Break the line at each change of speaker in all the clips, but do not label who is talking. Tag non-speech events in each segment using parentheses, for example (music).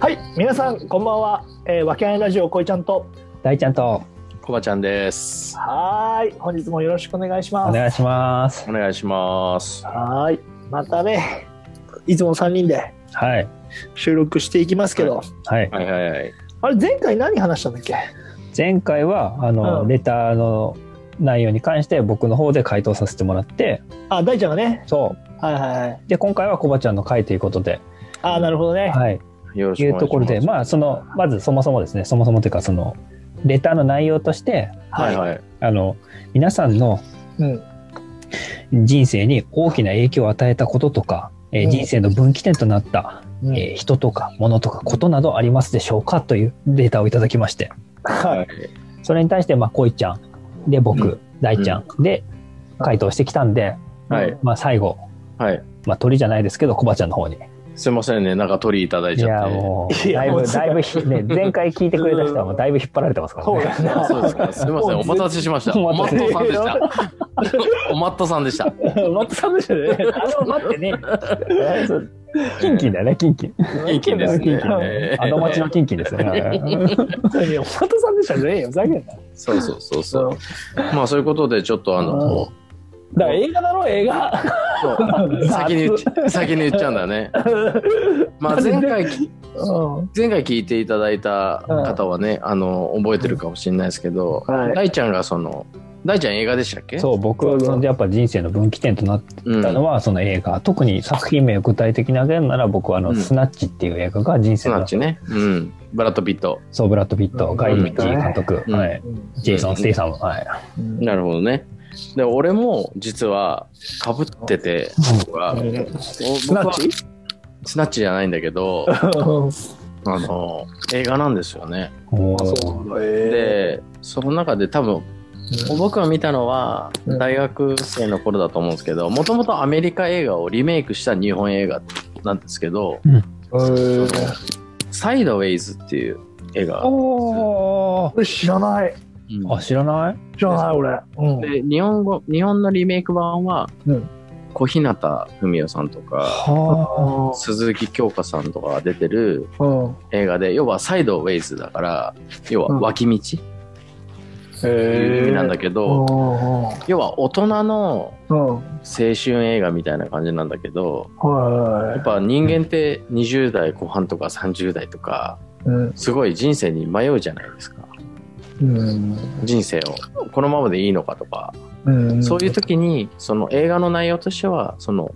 はい、皆さん、こんばんは。えー、わけあいラジオ、こいちゃんと。
大ちゃんと
コバちゃんです。
はーい、本日もよろしくお願いし
お
ます。
願いします。
お願いします。
はーい、またね、いつも3人で
はい。
収録していきますけど、
はい。
はいはいはい。
あれ、前回何話したんだっけ
前回は、あの、
うん
レターの内容に関して僕の方で回答させてもらって、
あ、大ちゃんがね。
そ
はいはいはい。
う。で、今回はコバちゃんの回ということで、
あ、なるほどね。
はい。
よろし
い
くお願いします。
うところで、まあ、その、まずそもそもですね、そもそもというか、その、レターの内容として、
はいはい。
あの、皆さんの
うん。
人生に大きな影響を与えたこととか、えー
うん
人生の分岐点となった、
うん
えー人とか物とかことなどありますでしょうかというデーターをいただきまして、
はい。
それに対して、まあ、こいちゃん、で、僕、
うん
大ちゃん、で、回答してきたんで、
はい
まあ、最後、
はい。
まあ、鳥じゃないですけど、コバちゃんの方に。
すいませんね、なんか取りいただい
い
ち
や、
ゃって。
もう、
いや
だい
もう
ぶ、だいぶひ、ね、前回聞いてくれた人は、もうだいぶ引っ張られてますから
そう
ね。
だな。
そうですか。すいません、お待たせしました。お
お
マ
待
ッ
たせ
トさんでした。おマットさんでした。
マットさんでしたね。
あの、待ってね。キンキンだよね、キンキン。
キンキンです
キン
ね
キン。あの町のキンキンですよね。
いやマットさんでしたねえよ。ふざけんな。
そうそうそ
そ。
うそうう。まあそういうことでちょっとあの、
うんだから映画だろ、映画。
そう先に言っち先に言っちゃうんだね。まあ前回き
うん。
前回聞いていただいた方はね、あの覚えてるかもしれないですけど、
はい
大ちゃんがその大ちゃん映画でしたっけ？
そう、僕は、そのやっぱ人生の分岐点となっ
うん
たのは、その映画。特に作品名を具体的に挙げるなら、僕は、あ
う
の、
ん
スナッチっていう映画が人
ス
生
ナッ
の
チね。うん。ブラッド・ピット。
そう、ブラッド・ピッ
う
ト、
ん
ガイ・リッチー監督、
うん
はい、ジェイソン・ステイサム、はい。
うん
なるほどね。で、俺も実は被ってて、僕 (laughs) は。
うん
スナッチスナッチじゃないんだけ (laughs) ど、あの、映画なんですよね。
おー
で、
で、その中で多分、僕が見たのは
うん
大学生の頃だと思うんですけど、もともとアメリカ映画をリメイクした日本映画なんですけど、
うん
サイドウェイズっていう映画。
お
俺知らない。
うん
ーあ、知らない
知らない、俺。うん
で日本語、日本のリメイク版は
うん、
小日向文世さんとか、
は
鈴木京香さんとかが出てる
うん。
映画で要はサイドウェイズだから要は脇道っていう意味なんだけど、
う
要は大人の
ん。うん。
青春映画みたいな感じなんだけどや
は
っぱ人間って20代後半とか30代とか
い。うん。
すごい人生に迷うじゃないですか
うん。
人生をこのままでいいのかとか、
うん。
そういう時にその映画の内容としてはその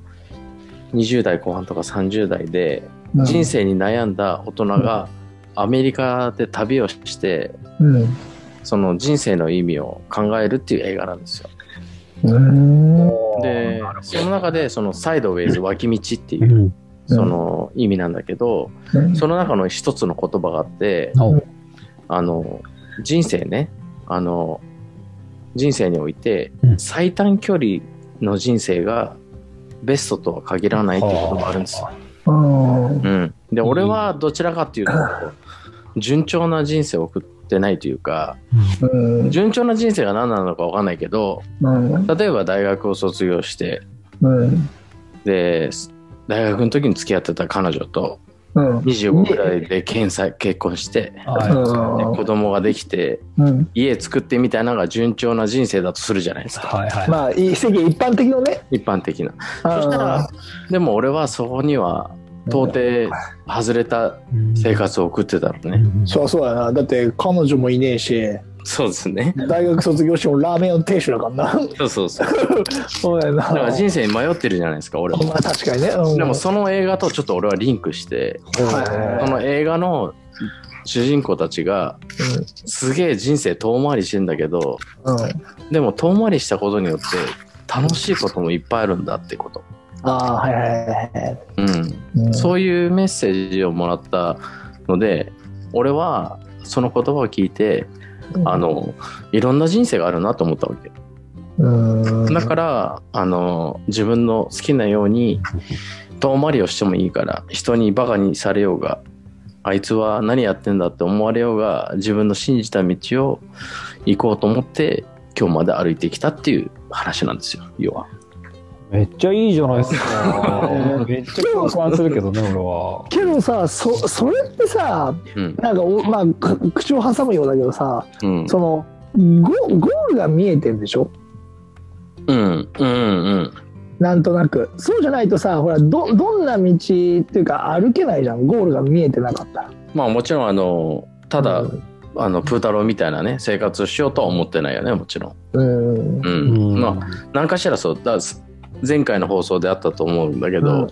20代後半とか30代で人。生に悩んだ大人がアメリカで旅をして
うん。
その人生の意味を考えるっていう映画なんですよ。
うん。
ー
で、その中でそのサイドウェイズ脇道って
う。
いうんその意味なんだけど、その中の一つの言葉があって、
おー
あの、人生ね、あの、人生において
うん
最短距離の人生がベストとは限らないっていうこともあるんですよ。
うん。
うん。で、俺はどちらかって (laughs) いうと、順調な人生を送ってないというか、
うん。
順調な人生が何なのかわかんないけど、
うん。
例えば大学を卒業して
うん。
で大学の時に付き合ってた彼女と
うん。
25くらいで検査結婚して
は
で子供ができて
うん。
家作ってみたいなのが順調な人生だとするじゃないで
い。
すか
はいはい。
まあ、い世間一般的のね。
一般的な
そ
そしたら、でも俺はそこには到底外れた生活を送ってたのね
うん
そうそうだな。だって、彼女もいねえし、
そうですね
大学卒業してもラーメン屋の店主だからな。
そうそうそう
そうだよな。
だから人生に迷ってるじゃないですか俺
ま
は
あ確かにね。うん
でもその映画とちょっと俺はリンクして
は
その映画の主人公たちがすげえ人生遠回りしてんだけど
うんうん
でも遠回りしたことによって楽しいこともいっぱいあるんだってこと、
ああはいはいはいは
うん、
い。うん
そういうメッセージをもらったので俺はその言葉を聞いてあ。のいろんな人生があるなと思ったわけ
うん。。
だからあの自分の好きなように遠回りをしてもいいから人にバカにされようがあいつは何やってんだって思われようが自分の信じた道を行こうと思って今日まで歩いてきたっていう話なんですよ要は。
めっちゃいいじゃないですかめっちゃ共感するけどね、俺は。
けどさそそれってさ
うん
なんかお、まあ、か口を挟むようだけどさ
うん
そのゴゴールが見えてるでしょ
うんうんうん
なんとなくそうじゃないとさほらどどんな道っていうか歩けないじゃんゴールが見えてなかったら
まあもちろんあのただ、
うん
あのプータローみたいなね生活をしようとは思ってないよねもちろん、
うん
うんまあ何かしらそうだ前回の放送であったと思うんだけど、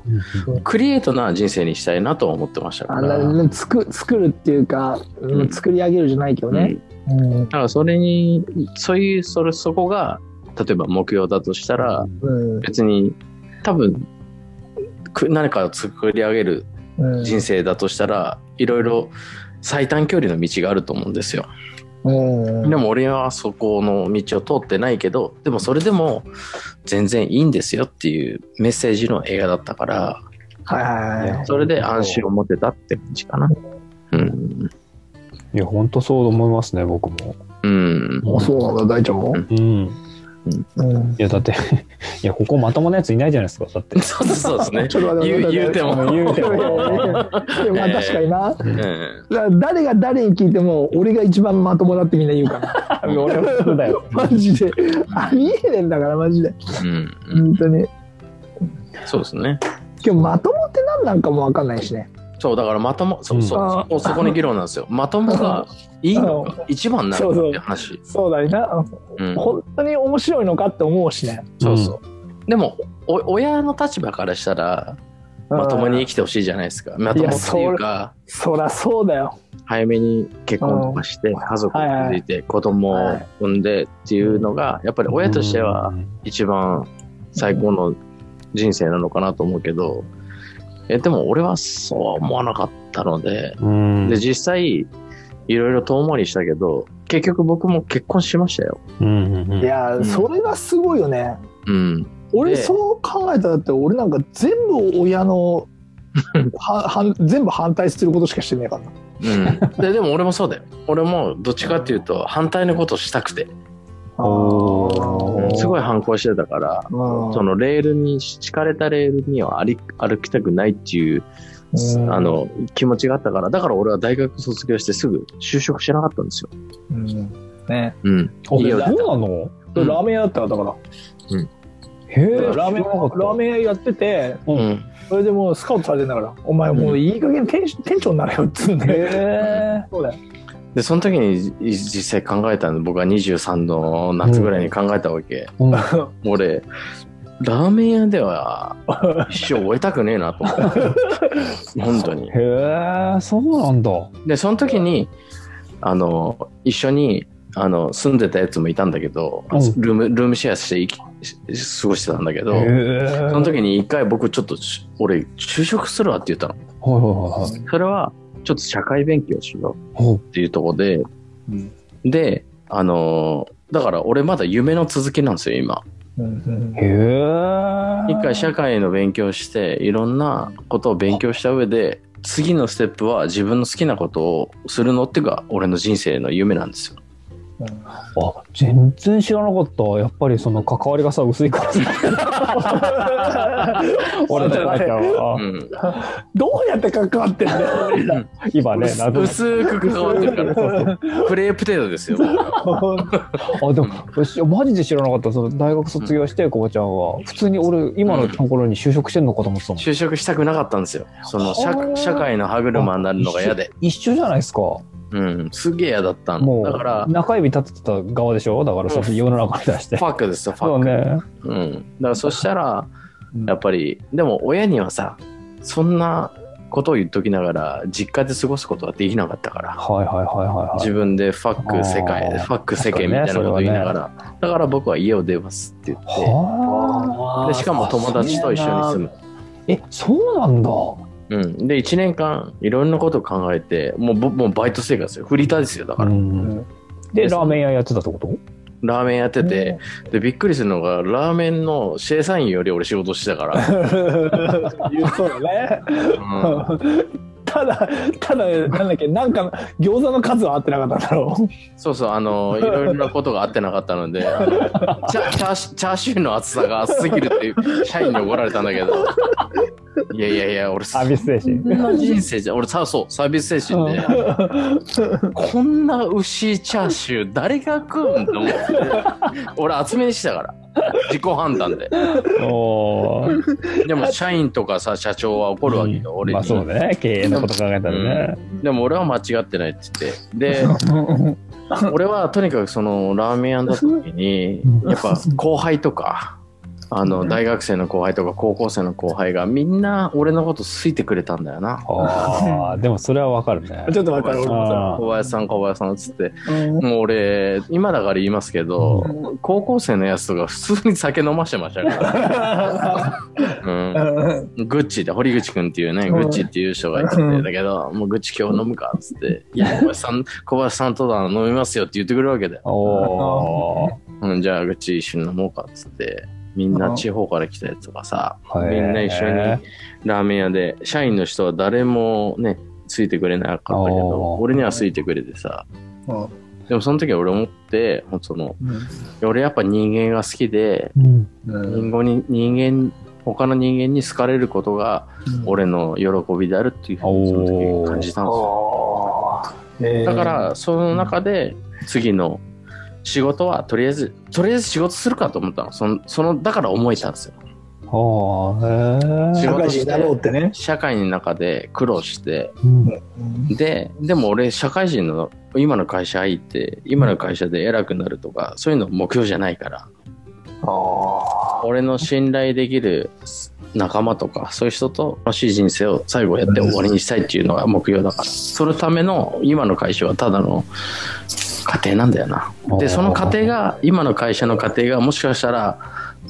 クリエイトな人生にしたいなとは思ってましたか
あ
ら
のね作作るっていうか、うん
うん
作り上げるじゃないけど
うん
ね、うん
だからそれにそういうそれそこが例えば目標だとしたら
うん
別に多分く何かを作り上げる
うん
人生だとしたらいろいろ最短距離の道があると思うんですよ
うん
でも俺はそこの道を通ってないけどでもそれでも全然いいんですよっていうメッセージの映画だったから
はいはいはい
それで安心を持てたって感じかなうん
いや、本当そう思いますね、僕も。
うん
あそうなんだ大ちゃんも、
うん。い
うん
や、だって、 (laughs) いや、ここまともなやついないじゃないですか、だって。
そうそうです
(laughs)
ね
ちょっと待って
言う言うても
言うて
(laughs) いやいやいやいや
も。
まあ確かにな、
う
だ
ん
から誰が誰に聞いても俺が一番まともだってみんな言うから (laughs)
俺もそうだよ。
マジでありえねえんだからマジで
うんうん
本当に
そうですね
今日まともって何なんかも分かんないしね
そうだからまともそううんそうそこそこに議論なんですよまともがいいのか一番なのかって話
そうだねな
うん
本当に面白いのかって思うしね
そうそうでもお親の立場からしたらまともに生きてほしいじゃないですかまともっていうか
そりゃそうだよ
早めに結婚とかして家族を築いて子供を産んでっていうのがやっぱり (laughs) 親としては一番最高の人生なのかなと思うけどえでも俺はそうは思わなかったので
うん。
で実際いろいろ遠回りしたけど結局僕も結婚しましたよ。
うんうんうん
いや、
うん
それがすごいよね
うん、
俺
で
そう考えたらだって俺なんか全部親
(laughs)
のははん全部反対することしかしてねえからな
うん、ででも俺もそうだよ俺もどっちかっていうと反対のことしたくて
おー
うんすごい反抗してたから
うん
そのレールに敷かれたレールにはあり歩きたくないっていう
うん
あの気持ちがあったからだから俺は大学卒業してすぐ就職しなかったんですよ。
うんね
うん、
あ
家を出た
そうなの
うん
ラーメン屋だったからだか
へえ
ら、ラーメン
知らなかった
ラーメン屋やってて
うん
それでもうスカウトされてんだからお前もういい加減店,、店長になれよっつうんで
へ
そうだよ
でその時にい実際考えたの僕は23の夏ぐらいに考えたわけ、
うん
(laughs) 俺ラーメン屋では一生終えたくねえなと
(laughs)
思って本当に
へえそうなんだ
でその時にあの一緒にあの住んでたやつもいたんだけど、
うん
ルームルームシェアして生きし過ごしてたんだけど、
へえ
その時に一回僕ちょっとし俺就職するわって言ったの
はいはいはいはい
それはちょっと社会勉強しよ
ほう
うっていうところで、
うん
であのだから俺まだ夢の続きなんですよ今
うん
へえ
一回社会の勉強していろんなことを勉強した上で次のステップは自分の好きなことをするのっていうか俺の人生の夢なんですよ。
あ全然知らなかったやっぱりその関わりがさ薄い
(laughs)
からさ俺じゃなきゃ
うん、
どうやって関わってんだ (laughs) よ俺
(laughs)
ら
今ね
薄
謎
薄く関わって
(laughs)
るからクレープ程度ですよ。
あでもしマジで知らなかったその大学卒業してここちゃんは普通に俺今のところに就職してんのかと思ってたもん
就職したくなかったんですよ。その社
はあ
社会の歯車になるのが嫌で、
一緒じゃないですかも
うん、すげえ嫌だったの。
う (laughs)
だから
中指立ててた側でしょだからその世の中に出して
ファックですよファ
そう
ック。
ね
うん、だからそしたらやっぱりでも親にはさそんなことを言っときながら実家で過ごすことはできなかったから
はいはいはいはいはい
自分でファッ
あ
ク
ー
世界でファック世間
確かに
み
ね
たいなことを言いながら、だから僕は家を出ますって言って
は
でしかも友達と一緒に住む。
あえそうなんだ
うん、で1年間いろんなことを考えてもうぼもうバイト生活よフリーターですよだから、
うんでラーメン屋やってたってこと
ラーメンやってて、でびっくりするのがラーメンのシェーサインより俺仕事してたから、
(laughs)
言うそうだね
うん
確ただ、ただ、なんだっけ、なんか、餃子の数は合ってなかったんだろ (laughs) う。
そうそう、
(laughs)
あの、いろいろなことがあってなかったので、あのチャチャーシチャーシューの厚さが厚すぎるっていう、社員に怒られたんだけど、いやいやいや、俺、
サービス精神
そんな人生じゃ、俺、さそう、サービス精神で、こんな牛チャーシュー、誰が食うんと思って、俺、厚めにしたから、自己判断で。
おー
でも、社員とかさ、社長は怒るわけよ、俺に。
まあそうね経営のこと考えたらね、
でも俺は間違ってないって言って。で、 (laughs) 俺はとにかくそのラーメン屋だった時にやっぱ後輩とかあの大学生の後輩とか高校生の後輩がみんな俺のこと好いてくれたんだよな
あーでもそれはわかるね
ちょっとわかる、俺も
あ
小林さん小林さんっつって
さうん
もう俺今だから言いますけど高校生のやつとか普通に酒飲ましてましたから、うん、グッチで堀口君っていうねグッチっていう人がいて
うん
だけどもうグッチ今日飲むかっつって「いや小林さん小林さんとだ飲みますよ」って言ってくるわけで
おー
うん、じゃあ、うち一緒に飲もうかっつって、みんな地方から来たやつとかさ、
はい
みんな一緒にラーメン屋で、社員の人は誰もね、ついてくれなかったけど
お、ー
俺にはついてくれてさ、
うん
でもその時は俺思って、その、俺やっぱ人間が好きで、
うん
人間に、人間、他の人間に好かれることが、俺の喜びであるっていうふうにその時感じたんですよ。
あーえー
だから、その中で、次の仕事は、とりあえず、とりあえず仕事するかと思ったの。その、その、だから思えたんですよ。
おーへ
仕
え
社
事
会
して
人になろうってね。
社会の中で苦労して、
うん
で、でも俺、社会人の今の会社入って、今の会社で偉くなるとか、そういうの目標じゃないから、
あ
俺の信頼できる仲間とか、そういう人と楽しい人生を最後やって終わりにしたいっていうのが目標だから、そのための今の会社はただの家庭なんだよな。で、その家庭が、今の会社の家庭がもしかしたら、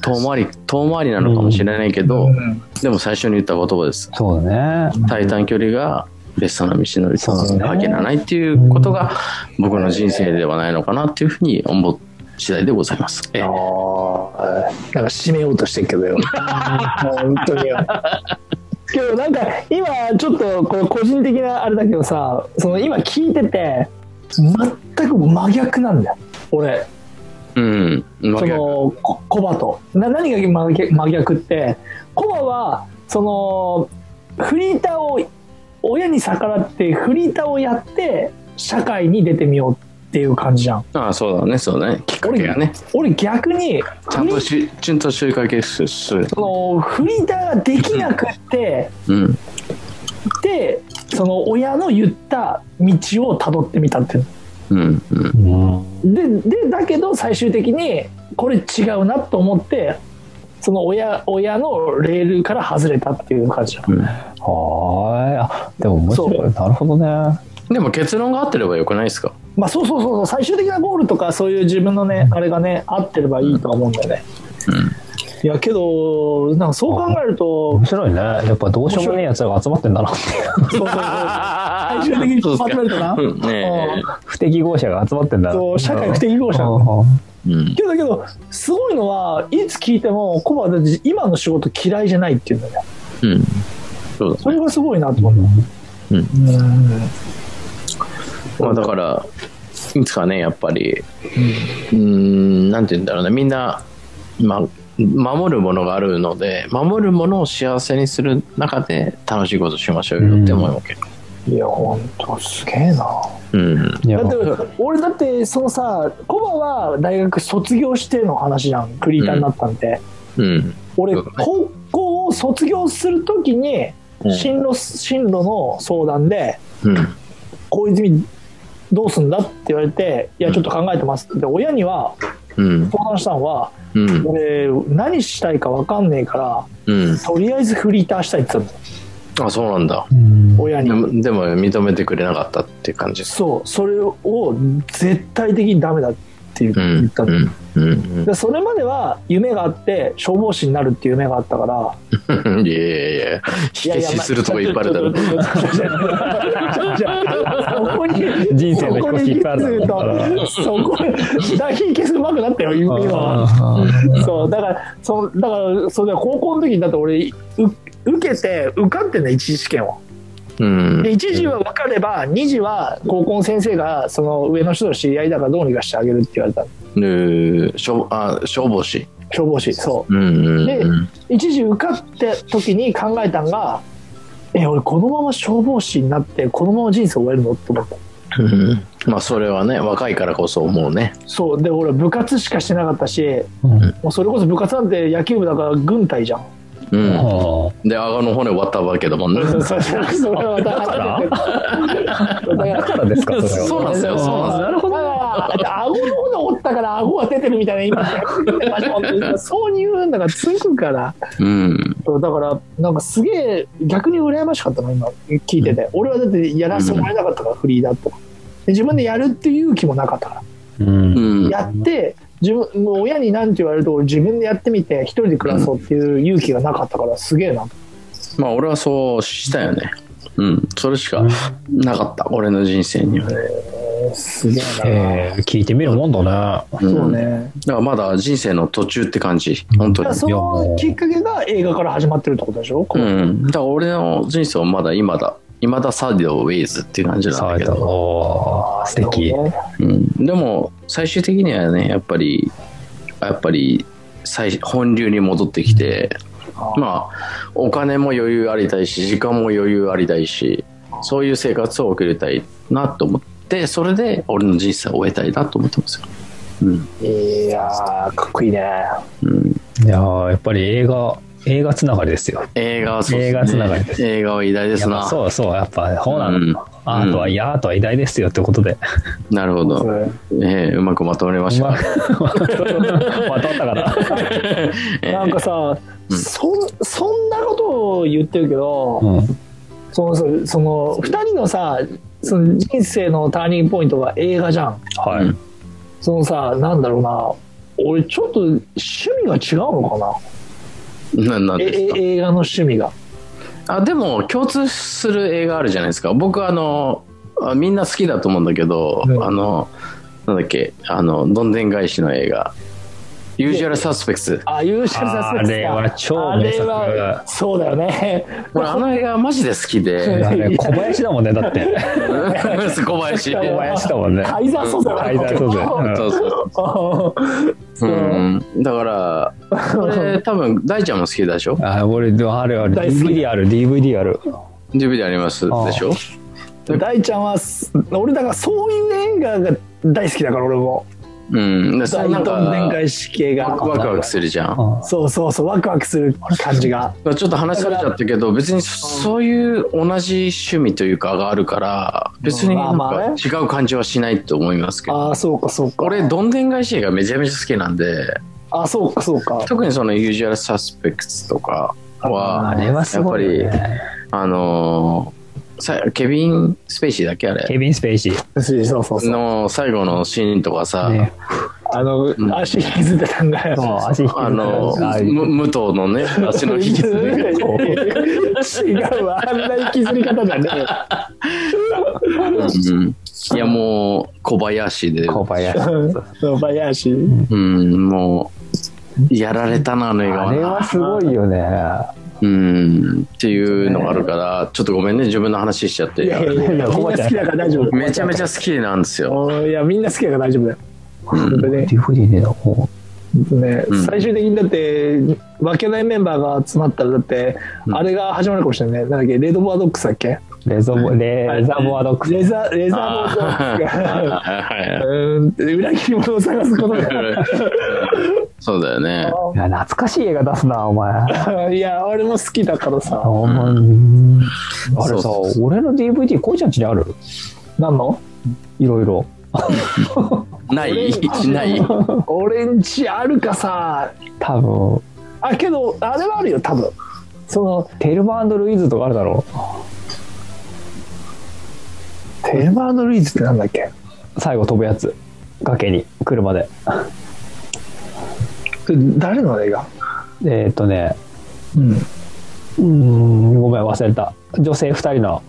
遠回り、遠回りなのかもしれないけ
ー
ど、
うん
でも最初に言った言葉です。
そうだね
最短距離が別荘の道のりと
そうね
わけがないっていうことが僕の人生ではないのかなっていうふうに思う次第でございます。ええ
あーなんか締めようとしてるけどよ (laughs) 本当によけどなんか今ちょっとこう個人的なあれだけどさその今聞いてて全く真逆なんだよ俺
うん。
そのこコバとな何が真逆真逆ってコバはそのフリーターを親に逆らってフリーターをやって社会に出てみようっていう感じじゃん
ああ、そうだね、そうだね。きっかけがね。
俺逆に
ちゃんとし、ちゃんと収穫する。
そのフリーターができなくって
うん。
でその親の言った道をたどってみたっていう
うん。うん。
うん
ででだけど最終的にこれ違うなと思ってその親親のレールから外れたっていう感じだ
うん
はーいあでも面白
そ
いなるほどね
でも結論が合ってればよくないですか
まあそうそうそうそう最終的なゴールとかそういう自分のねあれがね合ってればいいとは思うんだよね、いやけどなんかそう考えると
面白いねやっぱどうしようもねえやつらが集まって
(laughs)
んだなって
そうそ
(laughs)
うそう最終的に
そう
まとめ
ですか
るとな
うん。ね
不適合者が集まってんだ
そう社会不
適
適合者の
え。うん。
けどだけどすごいのはいつ聞いてもコバは今の仕事嫌いじゃないっていうんだよね
うん。そう
そ
だ
れ
ね。
がすごいなと思う
まあだから、いつかね、やっぱり、うーん、なんて言うんだろうね、みんな、まあ、守るものがあるので、守るものを幸せにする中で楽しいことしましょうよって思うわけ。
いやほんとすげえな
うん。
いや
だって俺だってそのさコバは大学卒業しての話じゃんフリーターになったんで、
うん。
俺
そうだね
高校を卒業するときに進路進路の相談で
うん。
「小泉どうすんだ?」って言われて「いやちょっと考えてます」って親には
うん。
相談したのは
うん。
「俺何したいか分かんねえから
うん。
とりあえずフリーターしたいって言ってたの
あ、そうなんだ。
うん
親
でも、
に
でも認めてくれなかったって感じです。
そうそれを絶対的にダメだって言っ
う
言っ
ん。
た
う
の、
ん。うん。
でそれまでは夢があって消防士になるっていう夢があったから
うん。いやいやいや、火消しするとこいっぱいあるだろう。
そこに
人生の飛行機いっぱいある
そこ
だ
にそこ大火消すうまくなったよ今はそうだからそのだからそれで高校の時にだって俺う受けて受かってんだ一次試験を
うん
で1時は分かれば2時は高校の先生がその上の人の知り合いだからどうにかしてあげるって言われた
で消あ消防士
消防士そ
うんうん
で
うん
う一時受かった時に考えたんがえ俺このまま消防士になってこのまま人生終えるのって思った
うんまあそれはね若いからこそ思うね
そうで俺部活しかしてなかったしもうそれこそ部活なんて野球部だから軍隊じゃん
うん
は
で顎の骨割ったわけだもんね
(laughs) そうそうそうそれはまただか (laughs)
あだ
ら
からですかそれは
そうなんですよそうなんですよ
なるほど
だから顎の骨折ったから顎が出てるみたいな今 (laughs) そういうのがつくから
うん
そうだからなんかすげえ逆に羨ましかったの今聞いてて、俺はだってやらせてもらえなかったから、フリーだとで自分でやるっていう勇気もなかったから、
うん
うん
やって自分もう親に何て言われると俺自分でやってみて一人で暮らそうっていう勇気がなかったからすげえな
まあ俺はそうしたよねうんそれしかなかった俺の人生にはね、
すげえな、
えー聞いてみるもんだね。
うん
そうね
だからまだ人生の途中って感じ本当
だか
に
らそのきっかけが映画から始まってるってことでしょ、こ
う
うん
だから俺の人生はまだ今だ今だサディオウェイズっていう感じなんだけど、
おー素敵。
うん、でも最終的にはねやっぱりやっぱり最本流に戻ってきてまあお金も余裕ありたいし時間も余裕ありたいしそういう生活を送りたいなと思ってそれで俺の人生を終えたいなと思ってますよ、うん
いやーかっこいいね
うん、
いやーやっぱり映画、映画つながりですよ。
映画はそう
映画つながり
で
です
ね映画は偉大です
やっぱ
な
そうそう、やっぱ、そうなの。
うん
アートは、いや、アートは偉大ですよってことで。
なるほ
そ
ど、
れ
ええうまくまとめました、
(laughs) ままとったかな。
なんかさ、
うん
そんそんなことを言ってるけど、
うん
そのそその2人のさその人生のターニングポイントは映画じゃん
は
う
い
ん。
そのさなんだろうな俺ちょっと趣味が違うのかな
(laughs) ななん
え
ですか
え映画の趣味が
あでも共通する映画あるじゃないですか僕あのあみんな好きだと思うんだけど、
うん
あのなんだっけあのどんでん返しの映画「ユージュアル・サスペクス
ああいうシャル
あ
サスペ
れは
クスか
超名作
あれはそうだよね」
俺あの映画マジで好きで
あれ小林だもんね、だって。
小林
小林だもん
(laughs)
ね。
カイザーソーだよね
カイザーソーダうん
そうそう
(laughs) そう
うん、だからこれ多分大ちゃんも好きでしょ
あ、俺、でもあるある。
大好き
DVD ある、DVD ある。
自分でありますでしょ
大ちゃんはす俺だからそういう映画が大好きだから俺も
うんでそ
大
うなん
どんでん
か
返し系
ワ
が
クワクワクするじゃん
うん
そうそうそうワクワクする感じが
まあちょっと話されちゃったけど別にそういう同じ趣味というかがあるから別になん
まあまあ
か
ね
違う感じはしないと思いますけど
ああそうかそうか
俺どんでん返し映画めちゃめちゃ好きなんで
あそうかそうか
特にその「ユージュアル・サスペクツ」とか
あ
は
れはすごいよ
やっ
ね。
あのーさケビン・スペイシーだっけあれ
ケビン・スペイシー。
そうそうそう
の最後のシーンとかさ、
ね
あの
うん
足引きずってたんだ
そう
(laughs) よ
足引きずって
あの
ああいう
む武藤のね足の引きずり
(laughs)
がこう
違うわあんな引きずり方だね
うんいやもう小林で
小林。
小林
うん、もう、やられたな、あの映画
あ
は
れは
な。
すごいよね。
うん、っていうのがあるから、ちょっとごめんね、自分の話しちゃっ
いやいや
て。
いやみんな好きだから大丈夫
めちゃめちゃ好きなんですよ。
うんいやみんな好きだから大丈夫だよ
うん
本当ね
DVD でこ
ね
うん
最終的にだって負けないメンバーが集まったらだって
うん
あれが始まるかもしれないねなんだっけレッドボアドックスだっけ
うレゾボ、レレザボアドックス。
レザレザボアドッ
あ
クスが
ー
うん裏切り者を探すことだ
そうだよ
(laughs)
ね。
いや、懐かしい映画出すな、お前。
いや俺も好きだからさ
お前あれ
そう
さ
そう、
俺の DVD、こいちゃんちにある
何の
いろいろ。
ないない
オレンジあるかさ
多分、
あけどあれはあるよ多分その
テルマルイーズとかあるだろ
テーマのルイーズってなんだっけ
う。最後飛ぶやつ。崖に、車で。
誰の映画
えーっとね、
うん
うーん、ごめん、忘れた。女性2人の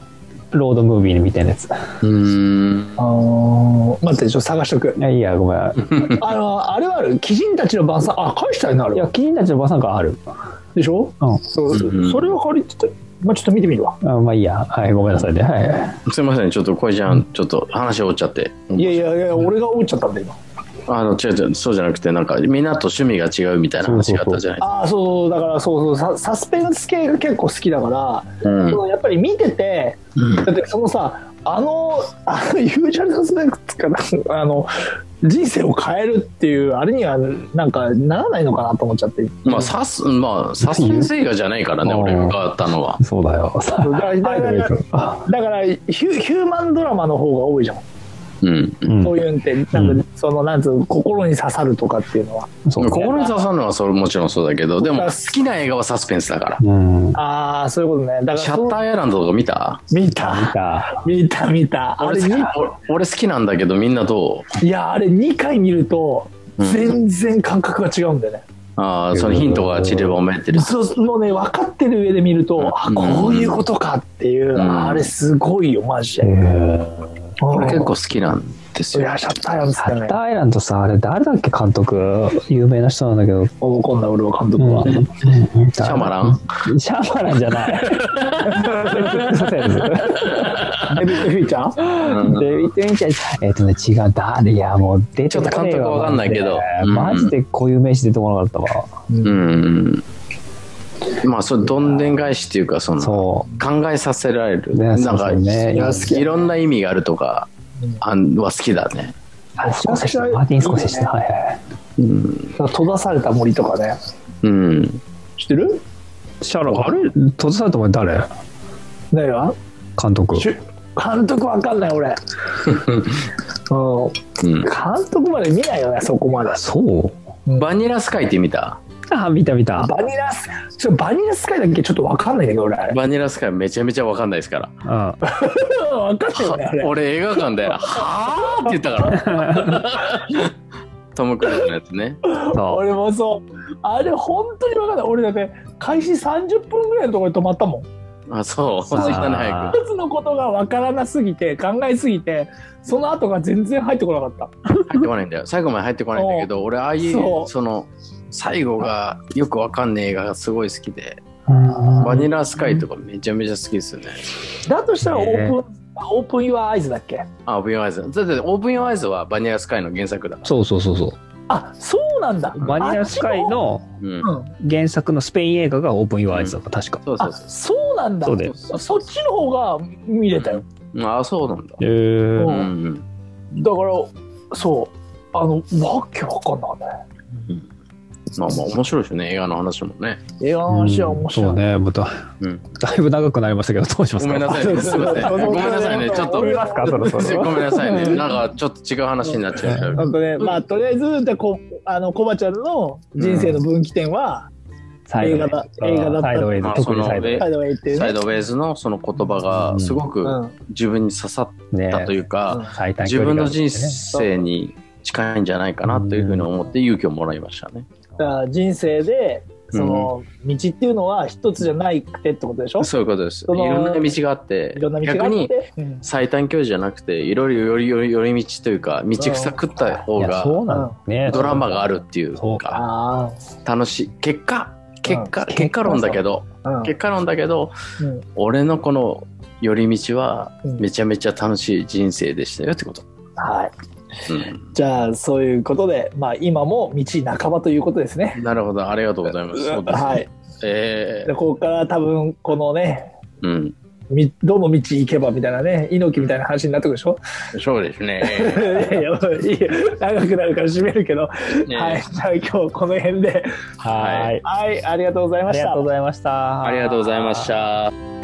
ロードムービーみたいなやつ。
うん。
あのー待ってちょっと探しとく (laughs)
いや、いいや、ご
(laughs)
めん。
あのあれはある鬼人たちの晩餐あ返したいなあ
い
れ
や、
は
君たちのばさんかある。
でしょ
うん。
そう
うん
それは借りてたまあ、ちょっと見てみるわ。
あまあいいや。はい、ごめんなさいね。はい。
すいません、ちょっと小ちゃん、ちょっと話を追っちゃって。
いやいやいや、俺が折っちゃったんだ、今。
あの、違う違う、そうじゃなくて、なんか、みんなと趣味が違うみたいな話があったじゃないで
ああ、そう、だから、そうそうサ、サスペンス系が結構好きだから、
すか。うん
そのやっぱり見てて、
うん
だってそのさ、あの、あのユージャルサスペンスから、あの、人生を変えるっていう、あれには、なんか、ならないのかなと思っちゃって。
まあ、サス、まあ、サスペンス映画じゃないからね、
うん
俺があったのは。
そうだ (laughs) よ。さ
だから、だからだ
あ
からヒュヒューマンドラマの方が多いじゃん。
うん。
うん
そういうんって、なんか、その、なんつうの、心に刺さるとかっていうのは。
そうだね
心に刺さるのはそれもちろんそうだけど、でも、
だから
好きな映画はサスペンスだから。
うん。見
ああ、そういうことね。だから
シャッター
ー
アイランドとか見た
見た、
た。
見た、見た。あ
俺
れ
好
見
き俺俺好きなんだけど、みんなど
いや、あれ2回見ると、
うん
全然感覚が違うんだよね。
うああ、そのヒントが散ればめってる。
そうもうね、分かってる上で見ると、
うん
あ、こういうことかっていう、
うん
あれすごいよ、マジで。
俺結構
構
好きなんです
い
よ。
や、シャッターやんっつって
シャ
ね
ッタ。ーアイランドさ、あれ誰だっけ監督有名な人なんだけど。
怒んな、俺は監督は。
シ
シャマラン
ンシャマランじゃない。
デビッド・
サスペンス
フィーチャー
デビッド・リンチャーえっとね、違う、誰いや、もう出てこねえわ
ちょっと監督わかんないけど
マジでマジでこういう名詞出てこなかったわ。
うん。まあ、それ、どんでん返しっていうか、その、
そ
考えさせられる。
ね
なん
そう
か、
そうね
いや
好き
いろんな意味があるとか、あんは好きだね。
う。あ、スコセッシュマーティン・スコセッシュねはいはいはい。
うん。
閉ざされた森とかね。
うん。
知ってる
シャラン、あれ閉ざされた前誰
誰が
監督。
しゅ監督わかんない、俺。うん
うん
監督まで見ないよね、そこまで。
そう
バニラスカイって見た
あ、見た見た。
バニラス、ちょバニラスカイだっけちょっとわかんないんだけど、俺。あれ
バニラスカイめちゃめちゃわかんないですから。
うん。
うんわかってるよね、あれ。
(laughs) 俺映画館で「はあ」って言ったから (laughs) トム・クルーズのやつね
そう。
俺もそうあれ本当に分かんない俺だって開始30分ぐらいのところで止まったもん
あそうそんなに早
あ
く
一つのことが分からなすぎて考えすぎてその後が全然入ってこなかった
入ってこないんだよ最後まで入ってこないんだけど俺ああいう
そ
そうの最後がよくわかんねえ映画がすごい好きで
バ
バニラスカイとかめちゃめちゃ好きですよね
だとしたらオー
ね
プン、オープンユアアイズだっけ
あオープン・アイズだってオープン・アイズはバニラスカイの原作だか
そうそうそうそう。
あそうなんだ
バニラスカイの
らうん
あっちの
原作のスペイン映画がオープン・ユア・アイズだった、確か。
そう
あ
そうそ
そうなんだ
そうだよ
そそっちの方が見れたよ、
うあそうなんだ
えー
う
うんん
うん
だからそうあのわけわかんなかったね
まあまあ面白いですよね映画の話もね
映画の話は面白い、(laughs)
そうね、また、
うん
だいぶ長くなりましたけど、どうします
ご
か
めんなさいねすいませんごめんなさいねちょっと
ごめんな
そろそろ
(laughs) ごめんなさいねなんかちょっと違う話になっちゃ
(laughs)
う
なんかね、まあとりあえずじゃあこあのコバちゃんの人生の分岐点は、
サイドウェイズ
映画だ映画だった
サイドウェイズ
まあ、
特にサイドウェイ
そ
サイドウェイっていう
サイ
ね。
ドウェイズのその言葉がすご
う
く
ん
自分に刺さっ
ズ。ね
たというか、
うん
最短距
自
離
分
が
の
あるん
人
ですね
生に近いんじゃないかなというふうに思って勇気をもらいましたね。
だから人生でその道っていうのは一つじゃないくてってことでしょ、
そういうことです。い
その
ろんな道があって
いろんな道があ
逆
っ
に
て、うん
最短距離じゃなくていろいろよりよりより道というか道草食った方
いや、そ
が
うなんね。
ドラマがあるっていう
そう
か
あ
楽しい結果結果
うん
結果論だけど
あ、うん
結果論だけど
うん
俺のこの寄り道は
うん
めちゃめちゃ楽しい人生でしたよってこと。
はい、
うん
じゃあそういうことで、まあ、今も道半ばということですね。
なるほど、ありがとうございます。そうですね
はい、
え
でここから多分このね
ー、うん、
みどの道行けばみたいなね猪木みたいな話になってくるでしょ (laughs)
そうです
い
ね。
やいや長くなるから締めるけど、(laughs)
ね
はい、じゃあ今日この辺で
はい。
はいありがとうござい
あ
ま
り
し
が
た
とう。ございました。
ありがとうございました。